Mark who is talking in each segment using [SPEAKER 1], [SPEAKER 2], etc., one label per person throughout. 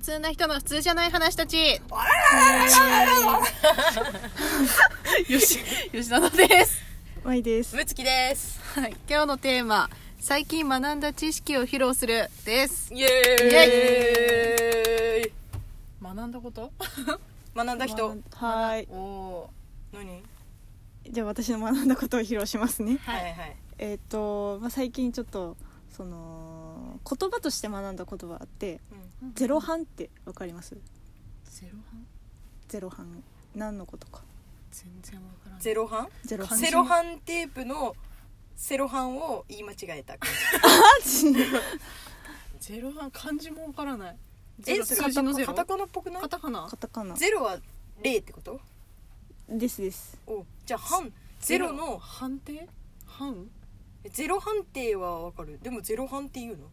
[SPEAKER 1] 通な人の普通じゃない話たち。 よし、吉田です。
[SPEAKER 2] まいです。
[SPEAKER 3] むつきです
[SPEAKER 1] はい、今日のテーマ、最近学んだ知識を披露するです。
[SPEAKER 3] イエーイ
[SPEAKER 1] イエ学んだこと？
[SPEAKER 3] 学んだ人
[SPEAKER 2] はい。
[SPEAKER 3] おおー何
[SPEAKER 2] じゃあ私の学んだことを披露しますね。
[SPEAKER 3] はいはい
[SPEAKER 2] えっ、と、まあ、最近ちょっとその言葉として学んだ言葉あって、
[SPEAKER 3] うん
[SPEAKER 2] ゼロ班ってわかります？
[SPEAKER 1] ゼロ半
[SPEAKER 2] ゼロ班何のことか。
[SPEAKER 1] 全然わからない。
[SPEAKER 3] ゼロハ
[SPEAKER 2] ゼロ
[SPEAKER 3] ン
[SPEAKER 2] 班。
[SPEAKER 3] セロハンテープのセロハンを言い間違えた
[SPEAKER 1] ゼロ半漢字もわからない。
[SPEAKER 3] え
[SPEAKER 1] 数字のゼ
[SPEAKER 3] カ
[SPEAKER 1] ロ
[SPEAKER 3] タカナっぽくない
[SPEAKER 1] カタカナ
[SPEAKER 2] カ。タカナ。
[SPEAKER 3] ゼロは零ってこと
[SPEAKER 2] ですです。
[SPEAKER 3] おじゃあ半ゼロの
[SPEAKER 1] 判定？半？
[SPEAKER 3] ゼロ判定はわかるでもゼロ判って言うの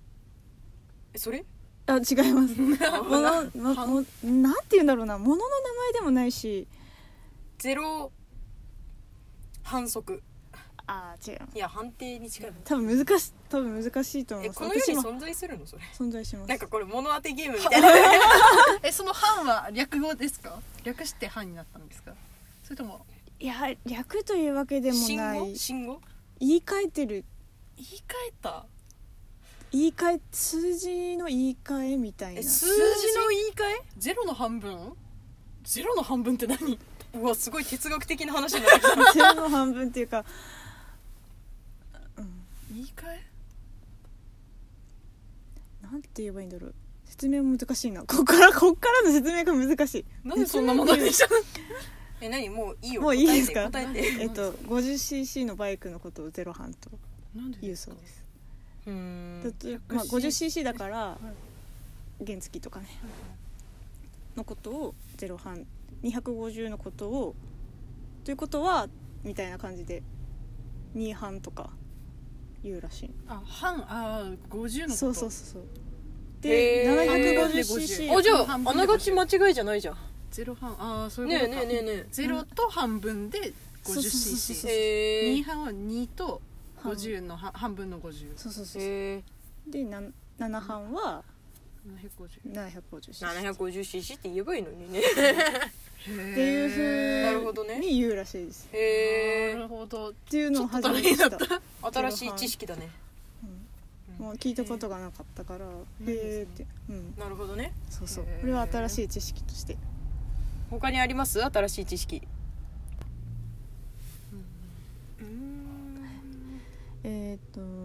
[SPEAKER 3] えそれ
[SPEAKER 2] あ違い ます。もの、ま、もなんて言うんだろうな。ものの名前でもないし。
[SPEAKER 3] ゼロ反則
[SPEAKER 2] あ違う。
[SPEAKER 3] いや判定に近いもん
[SPEAKER 2] 多分難しい多分難しいと思い
[SPEAKER 3] え
[SPEAKER 2] ます。
[SPEAKER 3] この世に
[SPEAKER 2] 私も
[SPEAKER 3] 存在するのそれ
[SPEAKER 2] 存在します。
[SPEAKER 3] なんかこれ物当てゲームみたいな
[SPEAKER 1] え、その半は略語ですか？略して半になったんですか？それとも
[SPEAKER 2] いや略というわけでも
[SPEAKER 3] 信
[SPEAKER 2] な
[SPEAKER 3] 号
[SPEAKER 2] い
[SPEAKER 3] 信号
[SPEAKER 2] 言い換えてる
[SPEAKER 1] 言い換えた？
[SPEAKER 2] 言い換え数字の言い換えみたいな
[SPEAKER 3] え数字の言い換
[SPEAKER 1] ゼロの半分？ゼロの半分って何？
[SPEAKER 3] えうわすごい哲学的な話になってきた
[SPEAKER 2] 数字の半分っていうか、うん、
[SPEAKER 1] 言い換え？
[SPEAKER 2] なんて言えばいいんだろう説明も難しいなこっからこっからの説明が難しい
[SPEAKER 1] なんでそんなものにしたの？
[SPEAKER 3] え何もういい よ
[SPEAKER 2] もういいですか
[SPEAKER 3] 答えて答えて
[SPEAKER 2] えっと 50cc のバイクのことをゼロ半と
[SPEAKER 1] なんで
[SPEAKER 2] 言う
[SPEAKER 1] す
[SPEAKER 2] そ
[SPEAKER 1] か
[SPEAKER 2] うです、
[SPEAKER 3] うーん
[SPEAKER 2] だってまあ、50cc だから原付とかねのことをゼロ半250のことをということはみたいな感じで2半とか言うらしい
[SPEAKER 1] あ、半あー50のこと。
[SPEAKER 2] そうそうそうそう
[SPEAKER 3] へ
[SPEAKER 2] で
[SPEAKER 3] ーあ
[SPEAKER 2] 750cc
[SPEAKER 3] じゃああながち間違いじゃないじゃん
[SPEAKER 1] ゼロ半ああそういう
[SPEAKER 3] ね
[SPEAKER 1] こ
[SPEAKER 3] え
[SPEAKER 1] と
[SPEAKER 3] ね
[SPEAKER 1] か。
[SPEAKER 3] えねえね
[SPEAKER 1] ゼロと半分で
[SPEAKER 2] そうそうそうそう
[SPEAKER 3] えへ
[SPEAKER 1] 50cc。二
[SPEAKER 3] え
[SPEAKER 1] 半は二と
[SPEAKER 2] 半
[SPEAKER 1] 50の半半分の50。
[SPEAKER 2] そうそうそうそう
[SPEAKER 3] へえ
[SPEAKER 2] でな7半は
[SPEAKER 1] 750
[SPEAKER 2] 750cc っ
[SPEAKER 3] 750cc って言えばいいのにね
[SPEAKER 1] って
[SPEAKER 2] いう
[SPEAKER 3] なるほ
[SPEAKER 2] ふ
[SPEAKER 3] ど
[SPEAKER 2] う
[SPEAKER 3] ね
[SPEAKER 2] に言うらしいです
[SPEAKER 3] へ
[SPEAKER 1] な
[SPEAKER 3] え
[SPEAKER 1] るほど。
[SPEAKER 2] っていうのを初めて
[SPEAKER 1] ちょ
[SPEAKER 2] 知っ
[SPEAKER 1] っと
[SPEAKER 2] た
[SPEAKER 1] 大変だ
[SPEAKER 3] 新しい知識だね
[SPEAKER 2] うんもう聞いたことがなかったから
[SPEAKER 1] へー
[SPEAKER 2] へえってうん
[SPEAKER 3] なるほどね
[SPEAKER 2] そうそう
[SPEAKER 1] へー
[SPEAKER 2] これは新しい知識として
[SPEAKER 3] 他にあります新しい知識うん
[SPEAKER 2] えーっ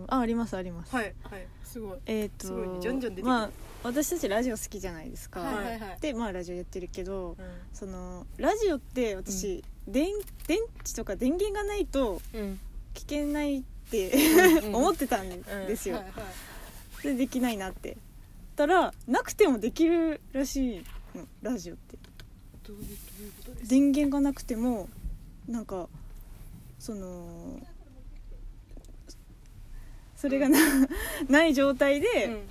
[SPEAKER 2] とあありますあります
[SPEAKER 3] はいはい
[SPEAKER 1] すごい。
[SPEAKER 2] えーっ
[SPEAKER 3] すごいね
[SPEAKER 2] と
[SPEAKER 3] じゃんじゃん出てくる
[SPEAKER 2] まあ私たちラジオ好きじゃないです
[SPEAKER 1] はい
[SPEAKER 2] か
[SPEAKER 3] い
[SPEAKER 1] はいはい。
[SPEAKER 2] でまあラジオやってるけどそのラジオって私、電電池とか電源がないと
[SPEAKER 3] うん
[SPEAKER 2] 聞けないって、
[SPEAKER 3] うん
[SPEAKER 2] 思ってたんですよ、
[SPEAKER 1] はいはい
[SPEAKER 2] でできないなってたらなくてもできるらしいのラジオって
[SPEAKER 1] どういうどういうことですか。
[SPEAKER 2] 電源がなくてもなんかそのそれがな ない状態
[SPEAKER 3] う
[SPEAKER 2] で、
[SPEAKER 3] ん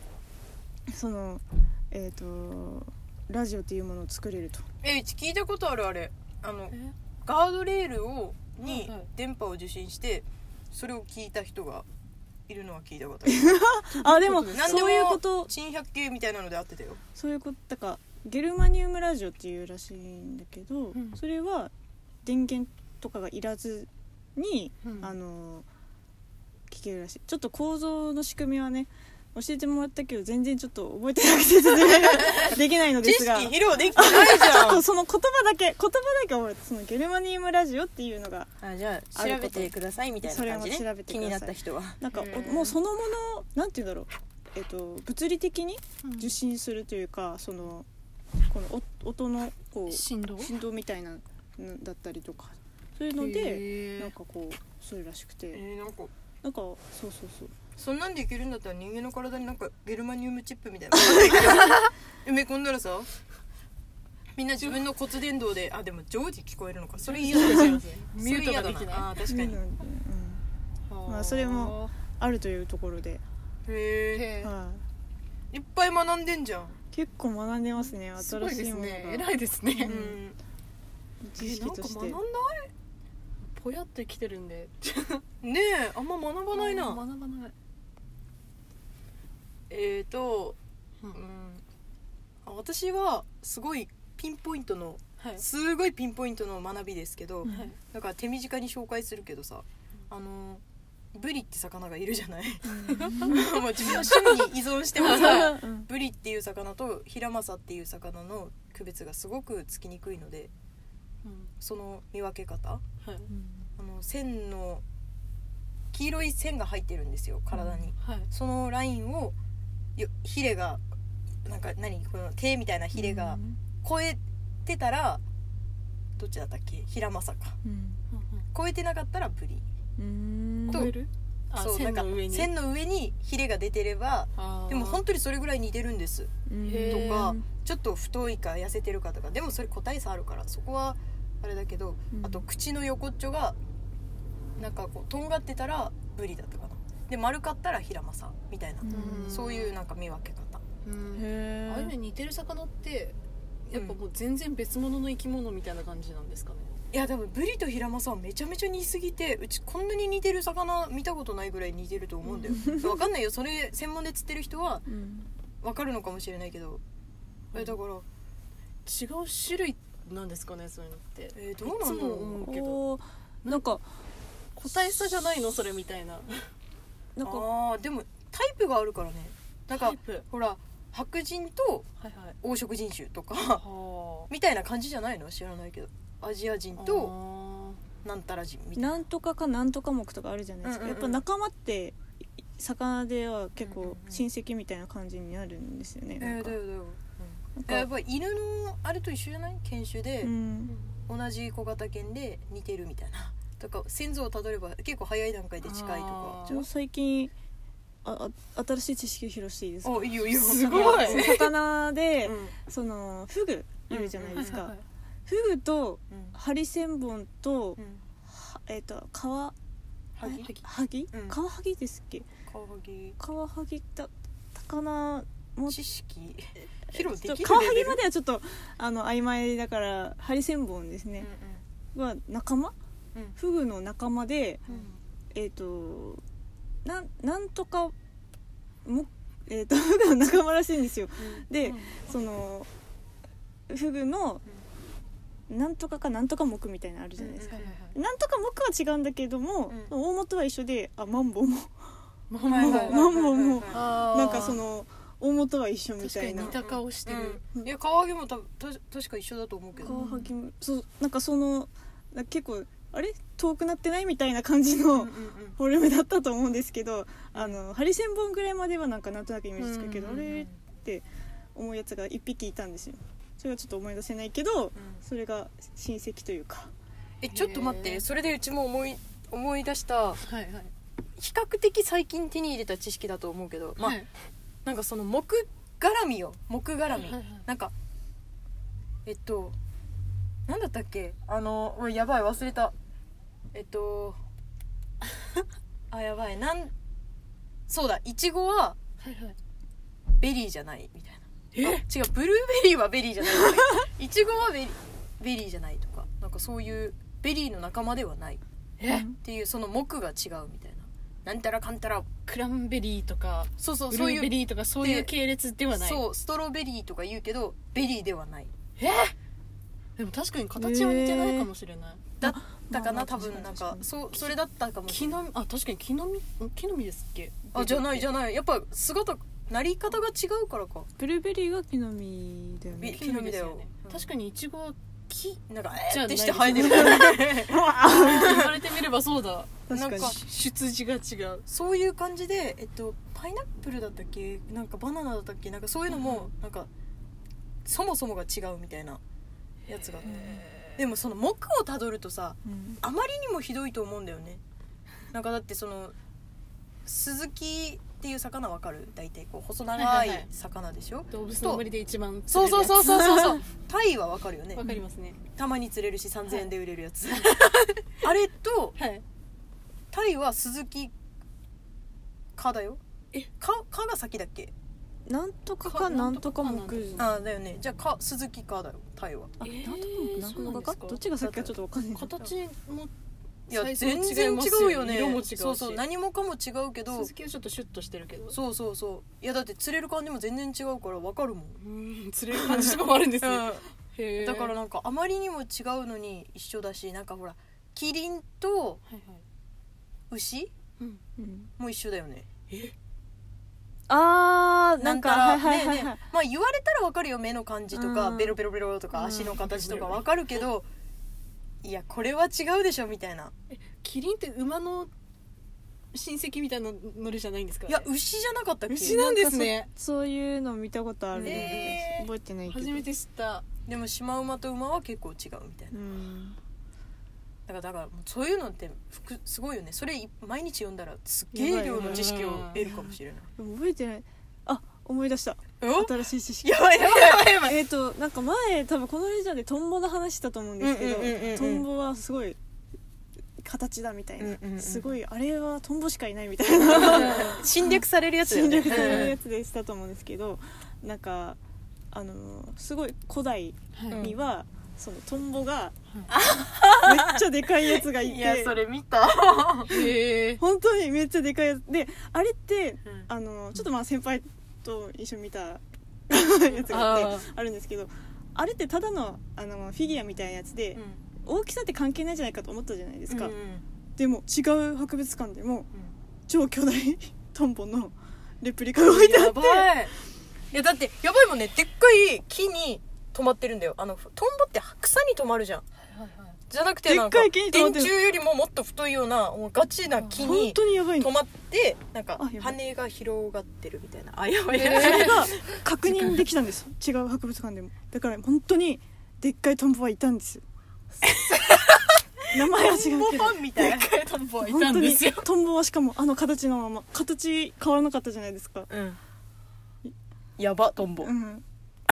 [SPEAKER 2] そのえっ、とラジオっていうものを作れると
[SPEAKER 3] えうち聞いたことあるあれあの
[SPEAKER 1] え
[SPEAKER 3] ガードレールをに
[SPEAKER 1] はいはい
[SPEAKER 3] 電波を受信してそれを聞いた人がいるのは聞いたことあ
[SPEAKER 2] あ でも
[SPEAKER 1] どういうことです
[SPEAKER 3] か
[SPEAKER 2] そういうこと
[SPEAKER 3] 珍百景みたいなのであってたよ
[SPEAKER 2] そういうことだからゲルマニウムラジオっていうらしいんだけど、
[SPEAKER 1] うん
[SPEAKER 2] それは電源とかがいらずに、
[SPEAKER 1] うん
[SPEAKER 2] あの聞けるらしいちょっと構造の仕組みはね教えてもらったけど全然ちょっと覚えてなくて説明ができないので
[SPEAKER 3] 知
[SPEAKER 2] す
[SPEAKER 3] 識
[SPEAKER 2] が
[SPEAKER 3] 披露できてないじ
[SPEAKER 2] ちょっ
[SPEAKER 3] ゃ
[SPEAKER 2] と その言葉だけ言葉だけ覚えてそのゲルマニウムラジオっていうのが
[SPEAKER 3] んあじゃあ
[SPEAKER 2] ある
[SPEAKER 3] 調
[SPEAKER 2] こと
[SPEAKER 3] べてくださいみたいな感じね
[SPEAKER 2] それも調べて
[SPEAKER 3] 気
[SPEAKER 2] ください
[SPEAKER 3] になった人は
[SPEAKER 2] なんかお
[SPEAKER 1] へー
[SPEAKER 2] もうそのものなんて言うんだろう、えっと、物理的に
[SPEAKER 1] うん
[SPEAKER 2] 受信するというか、そのこのお音のこう
[SPEAKER 1] 振動。
[SPEAKER 2] 振動みたいなのだったりとかそういうので
[SPEAKER 1] へー
[SPEAKER 2] なんかこうするらしく
[SPEAKER 3] え
[SPEAKER 2] て
[SPEAKER 3] ーなんか
[SPEAKER 2] なんかそうそうそう
[SPEAKER 3] そんなんでいけるんだったら人間の体になんかゲルマニウムチップみたいなのが埋め込んだらさみんな自分の骨伝導であでも常時聞こえるのかそれ嫌だな
[SPEAKER 1] ミュートが
[SPEAKER 3] それ嫌
[SPEAKER 1] できな
[SPEAKER 3] だ
[SPEAKER 1] い
[SPEAKER 3] なあー確かに
[SPEAKER 2] う
[SPEAKER 3] へ
[SPEAKER 2] んまあそれも。あるというところで、
[SPEAKER 3] え
[SPEAKER 1] へー
[SPEAKER 2] はい
[SPEAKER 3] っぱい学んでんじゃん
[SPEAKER 2] 結構学んでますね
[SPEAKER 1] すご
[SPEAKER 2] 新し
[SPEAKER 1] い
[SPEAKER 2] い
[SPEAKER 1] です
[SPEAKER 2] もの
[SPEAKER 1] ね。
[SPEAKER 2] が
[SPEAKER 1] 偉いですね
[SPEAKER 3] う。ん
[SPEAKER 2] 知識として
[SPEAKER 3] えなんか
[SPEAKER 1] ぽやってきてるんで。
[SPEAKER 3] 学んないねえあんま学ばないな
[SPEAKER 1] 学ばない。
[SPEAKER 3] えーと
[SPEAKER 1] う
[SPEAKER 3] うんんあ私はすごいピンポイントの
[SPEAKER 1] はい
[SPEAKER 3] すごいピンポイントの学びですけど、
[SPEAKER 2] うん
[SPEAKER 1] はい
[SPEAKER 3] だから手短に紹介するけどさあのブリって魚がいるじゃない まあ自分の趣味に依存してもさ
[SPEAKER 2] うん
[SPEAKER 3] ブリっていう魚とヒラマサっていう魚の区別がすごくつきにくいので
[SPEAKER 1] うん
[SPEAKER 3] その見分け方
[SPEAKER 1] はい
[SPEAKER 3] あの線の黄色い線が入ってるんですよ体に、
[SPEAKER 1] はい
[SPEAKER 3] そのラインをよヒレがなんか何この手みたいなヒレが超えてたらどっちだったっけヒラマサか
[SPEAKER 2] うん
[SPEAKER 3] 超えてなかったらブリ
[SPEAKER 2] うん
[SPEAKER 3] と
[SPEAKER 1] 超えるあ
[SPEAKER 3] そう
[SPEAKER 1] 線
[SPEAKER 3] なん
[SPEAKER 1] の
[SPEAKER 3] か
[SPEAKER 1] 上に
[SPEAKER 3] 線の上にヒレが出てれば
[SPEAKER 1] あー
[SPEAKER 3] でも本当にそれぐらい似てるんです
[SPEAKER 2] うん
[SPEAKER 1] へ
[SPEAKER 3] とか
[SPEAKER 2] うん
[SPEAKER 3] ちょっと太いか痩せてるかとかでもそれ個体差あるからそこはあれだけど、
[SPEAKER 2] うん
[SPEAKER 3] あと口の横っちょがなんかこうとんがってたらブリだったかなで丸かったらヒラマサみたいな、
[SPEAKER 1] うん
[SPEAKER 3] そういうなんか見分け方
[SPEAKER 1] うん
[SPEAKER 2] へ
[SPEAKER 1] ああいうの
[SPEAKER 2] え
[SPEAKER 1] 似てる魚ってやっぱもう全然別物の生き物みたいな感じなんですかね、
[SPEAKER 3] いやでもブリとヒラマサはめちゃめちゃ似すぎてうちこんなに似てる魚見たことないぐらい似てると思 うんだよ分かんないよそれ専門で釣ってる人は分かるのかもしれないけど、えだから、
[SPEAKER 1] 違う種類なんですかねそういうのって
[SPEAKER 3] えーどうなんだ
[SPEAKER 1] いつも
[SPEAKER 3] ろう
[SPEAKER 1] 思うけど
[SPEAKER 2] おーなんか
[SPEAKER 1] 個体差じゃないのそれみたいな
[SPEAKER 2] なんか
[SPEAKER 3] あーでもタイプがあるからねなんか
[SPEAKER 1] タイプ
[SPEAKER 3] ほら白人と
[SPEAKER 1] はいは
[SPEAKER 3] 黄
[SPEAKER 1] い
[SPEAKER 3] 色人種と
[SPEAKER 1] あ
[SPEAKER 3] か
[SPEAKER 1] ー
[SPEAKER 3] みたいな感じじゃないの知らないけどアジア人と
[SPEAKER 1] あ
[SPEAKER 3] なんたら人みたいな
[SPEAKER 2] なんとかかなんとか目とかあるじゃないですか、
[SPEAKER 3] うんうんうん
[SPEAKER 2] やっぱ仲間って魚では結
[SPEAKER 3] うんうん
[SPEAKER 2] 構
[SPEAKER 3] うん
[SPEAKER 2] 親戚みたいな感じになるんですよね、
[SPEAKER 3] え
[SPEAKER 2] な
[SPEAKER 3] ー
[SPEAKER 2] んか
[SPEAKER 3] だよだよ、
[SPEAKER 2] なん
[SPEAKER 3] うん、
[SPEAKER 2] か
[SPEAKER 3] やっぱ犬のあれと一緒じゃない犬種で、
[SPEAKER 2] うん
[SPEAKER 3] 同じ小型犬で似てるみたいなとか先祖をたどれば結構早い段階で近いとか
[SPEAKER 1] あ
[SPEAKER 2] ちょうど最近ああ新しい知識を披露していいですか
[SPEAKER 3] おいいよいいよ
[SPEAKER 1] すごい
[SPEAKER 2] なんか魚で、
[SPEAKER 3] うん
[SPEAKER 2] そのフグいるじゃないですか、
[SPEAKER 1] はいはい
[SPEAKER 2] フグと
[SPEAKER 3] うん
[SPEAKER 2] ハリセンボンと
[SPEAKER 3] う、ん
[SPEAKER 2] はえっ、とカワ
[SPEAKER 3] ハギ
[SPEAKER 1] はい
[SPEAKER 2] ハギ、
[SPEAKER 3] うん
[SPEAKER 2] カワハギですっけ
[SPEAKER 3] カワハギ
[SPEAKER 2] カワハギだったかなも
[SPEAKER 3] 知識披露できる
[SPEAKER 2] カワハ
[SPEAKER 3] レベ
[SPEAKER 2] ギ
[SPEAKER 3] ル
[SPEAKER 2] まではちょっとあの曖昧だからハリセンボンですね、は仲間
[SPEAKER 3] うんうん
[SPEAKER 2] フグの仲間で
[SPEAKER 3] うん
[SPEAKER 2] えっ、となんなんとかもえっ、と フグの仲間らしいんですよで、
[SPEAKER 1] うん
[SPEAKER 2] そのフグのなんとかかなんとか木みたいなのあるじゃないですか、
[SPEAKER 1] はいはいはい
[SPEAKER 2] なんとか木は違うんだけども、
[SPEAKER 3] う
[SPEAKER 2] 大元は一緒であマンボウも
[SPEAKER 1] ま
[SPEAKER 3] うんはいはいはいはいはい
[SPEAKER 2] もうもうもう
[SPEAKER 1] あー
[SPEAKER 2] なんかその大元は一緒み
[SPEAKER 1] 確
[SPEAKER 2] た
[SPEAKER 1] か
[SPEAKER 2] い
[SPEAKER 1] に
[SPEAKER 2] な
[SPEAKER 1] 似た顔してる、
[SPEAKER 3] うんいやカワハギもたた確か一緒だと思うけ
[SPEAKER 2] カ
[SPEAKER 3] ど
[SPEAKER 2] ワハギもそうなんかそのなんか結構あれ遠くなってないみたいな感じの、
[SPEAKER 3] うんうんうん
[SPEAKER 2] フォルムだったと思うんですけどあのハリセンボンぐらいまではなんかなんとなくイメージつくけど、
[SPEAKER 1] うんうんうん
[SPEAKER 2] あれって思うやつが1匹いたんですよそれはちょっと思い出せないけどそれが親戚というか
[SPEAKER 3] えちょっと待っ
[SPEAKER 1] へ
[SPEAKER 3] て
[SPEAKER 1] ー
[SPEAKER 3] それでうちも思い思い出した
[SPEAKER 1] はいはい
[SPEAKER 3] 比較的最近手に入れた知識だと思うけどまあ
[SPEAKER 1] はい
[SPEAKER 3] なんかその木絡みよ木絡み
[SPEAKER 1] はいはい
[SPEAKER 3] なんかえっとなんだったっけあのうわやばい忘れたえっ とあやばいなんそうだいちごは
[SPEAKER 1] はいはい
[SPEAKER 3] ベリーじゃないみたいなえ違うブルーベリーはベリーじゃない とかいちごはベリベリーじゃないとかなんかそういうベリーの仲間ではないっ
[SPEAKER 1] え
[SPEAKER 3] ていうその木が違うみたいななんたらかんたら
[SPEAKER 1] クランベリーとか
[SPEAKER 3] そうそう
[SPEAKER 1] ブ
[SPEAKER 3] そ
[SPEAKER 1] ル
[SPEAKER 3] うい
[SPEAKER 1] ー
[SPEAKER 3] う
[SPEAKER 1] ベリーとかそういう
[SPEAKER 3] で
[SPEAKER 1] 系列ではない
[SPEAKER 3] そうストロベリーとか言うけどベリーではない
[SPEAKER 1] でも確かに形は似てないかもしれない、
[SPEAKER 3] だった
[SPEAKER 2] ま
[SPEAKER 3] かな、
[SPEAKER 2] あ
[SPEAKER 3] 多分なん
[SPEAKER 2] 確
[SPEAKER 3] か
[SPEAKER 2] かに
[SPEAKER 3] そうそれだったかもし
[SPEAKER 1] 木
[SPEAKER 3] れない
[SPEAKER 1] の実あ確かに木の実ん木の実ですっけ
[SPEAKER 3] あじゃないじ
[SPEAKER 1] ゃ
[SPEAKER 3] ゃないやっぱ姿なり方が違うからか
[SPEAKER 2] ブルーベリーが木の実だよ
[SPEAKER 3] ね
[SPEAKER 2] ね
[SPEAKER 1] 木の実ですよ
[SPEAKER 3] 木の実だ
[SPEAKER 1] ね
[SPEAKER 3] よ、うん
[SPEAKER 1] 確かにイチゴは木
[SPEAKER 3] なんか
[SPEAKER 1] じ
[SPEAKER 3] えー
[SPEAKER 1] ゃあ
[SPEAKER 3] ってして生え
[SPEAKER 1] ない
[SPEAKER 3] て
[SPEAKER 1] で
[SPEAKER 3] る
[SPEAKER 1] す 言われてみればそうだ
[SPEAKER 2] 確か
[SPEAKER 3] なん
[SPEAKER 2] に
[SPEAKER 3] か
[SPEAKER 1] 出自が違う
[SPEAKER 3] そういう感じでえっとパイナップルだったっけなんかバナナだったっけなんかそういうのもなんかそもそもが違うみたいなやつがあってでもその木をたどるとさ
[SPEAKER 2] うん
[SPEAKER 3] あまりにもひどいと思うんだよねなんかだってその鈴木っていう魚わかる大体こう細長
[SPEAKER 1] はいはいはいい
[SPEAKER 3] 魚でしょ、
[SPEAKER 1] 動物の森で一番
[SPEAKER 3] そうそうそううそうそうそうタイはわかるよね
[SPEAKER 1] わかりますね
[SPEAKER 3] たまに釣れるし3000円で売れるやつ、あれと
[SPEAKER 1] はい
[SPEAKER 3] タイは鈴木かだよ
[SPEAKER 1] え
[SPEAKER 3] かかが先だっけ
[SPEAKER 2] なんとかかなんとか木あ
[SPEAKER 3] ああだよねじゃあか鈴木かだよタイは
[SPEAKER 2] なんとか
[SPEAKER 1] えー
[SPEAKER 2] 木なんとか
[SPEAKER 1] そうなんです
[SPEAKER 2] か
[SPEAKER 1] か
[SPEAKER 2] どっちが先かちょっとわかんない
[SPEAKER 1] 形も
[SPEAKER 3] いや
[SPEAKER 4] サイズも
[SPEAKER 3] 全然
[SPEAKER 4] 違います
[SPEAKER 3] 違
[SPEAKER 4] よ
[SPEAKER 3] うよね
[SPEAKER 4] 色も違うし
[SPEAKER 3] そうそう何もかも違うけど
[SPEAKER 4] 鈴木はちょっとシュッとしてるけど
[SPEAKER 3] そうそうそういやだって釣れる感じも全然違うから分かるもん、
[SPEAKER 4] うん釣れる感じとかもあるんですねへえ
[SPEAKER 3] だからなんかあまりにも違うのに一緒だしなんかほらキリンと
[SPEAKER 4] はいはい
[SPEAKER 3] 牛
[SPEAKER 4] うん
[SPEAKER 2] うん
[SPEAKER 3] も一緒だよね
[SPEAKER 2] あーなんかは
[SPEAKER 3] なん
[SPEAKER 2] い
[SPEAKER 3] たら
[SPEAKER 2] は
[SPEAKER 3] ね
[SPEAKER 2] いはい
[SPEAKER 3] ね
[SPEAKER 2] はい
[SPEAKER 3] まあ言われたら分かるよ目の感じとか
[SPEAKER 2] うん
[SPEAKER 3] ベロベロベロとか足の形とか分かるけどいやこれは違うでしょみたいな
[SPEAKER 4] キリンって馬の親戚みたいな乗りじゃないんですか
[SPEAKER 3] いや牛じゃなかったっけ
[SPEAKER 4] 牛なんですね
[SPEAKER 2] そういうの見たことある、
[SPEAKER 3] えー
[SPEAKER 2] 覚えてないけど
[SPEAKER 4] 初めて知った
[SPEAKER 3] でもシマウマと馬は結構違うみたいな
[SPEAKER 2] うん
[SPEAKER 3] だからだからもうそういうのってふくすごいよねそれい毎日読んだらすっげえ量の知識を得るかもしれない
[SPEAKER 2] でも覚えてないあ思い出した
[SPEAKER 3] お
[SPEAKER 2] 新しい知識
[SPEAKER 3] やばいやばいやばいやばい
[SPEAKER 2] えっ、となんか前多分このレジャーでトンボの話したと思うんですけど、
[SPEAKER 3] うんうんうんうん
[SPEAKER 2] トンボはすごい形だみたいな、
[SPEAKER 3] うんうんうん
[SPEAKER 2] すごいあれはトンボしかいないみたい な
[SPEAKER 3] 侵略されるやつだ
[SPEAKER 2] 侵
[SPEAKER 3] よね
[SPEAKER 2] 略されるやつでしたと思うんですけど、なんかあのすごい古代には、そのトンボが、 めっちゃでかいやつがい
[SPEAKER 3] いや
[SPEAKER 2] て
[SPEAKER 3] それ見た
[SPEAKER 4] へえ
[SPEAKER 2] 本当にめっちゃでかいやつであれって
[SPEAKER 3] うん
[SPEAKER 2] あのちょっとまあ先輩と一緒に見た やつがあ
[SPEAKER 4] あー
[SPEAKER 2] ってあるんですけどあれってただのあのフィギュアみたいなやつで、大きさって関係ないんじゃないかと思ったじゃないですか、
[SPEAKER 3] うん
[SPEAKER 2] でも違う博物館でも超巨大 トンボのレプリカが置いてあ
[SPEAKER 3] や
[SPEAKER 2] っ
[SPEAKER 3] ば
[SPEAKER 2] て
[SPEAKER 3] いいやだってやばいもんねでっかい木に止まってるんだよあのトンボって草に止まるじゃんじゃなくてなんか
[SPEAKER 2] でっかい木に止ま
[SPEAKER 3] 電
[SPEAKER 2] ってる
[SPEAKER 3] 柱よりももっと太いようなもうガチな木
[SPEAKER 2] 本
[SPEAKER 3] に
[SPEAKER 2] 当にやばいんで
[SPEAKER 3] 止
[SPEAKER 2] す
[SPEAKER 3] まってなんか
[SPEAKER 2] あやばい
[SPEAKER 3] 羽が広がってるみたいなあやばい
[SPEAKER 2] それが確認できたんです違う博物館でもだから本当にでっかいトンボはいたんですよ名前は違う
[SPEAKER 3] トンボ
[SPEAKER 2] け
[SPEAKER 3] フ
[SPEAKER 2] ど
[SPEAKER 3] ァンみたいな
[SPEAKER 4] トンボはいた
[SPEAKER 2] 本
[SPEAKER 4] ん
[SPEAKER 2] 当
[SPEAKER 4] で
[SPEAKER 2] に
[SPEAKER 4] すよ
[SPEAKER 2] トンボはしかもあの形のまま形変わらなかったじゃないですか
[SPEAKER 3] うんやばトンボ
[SPEAKER 2] うん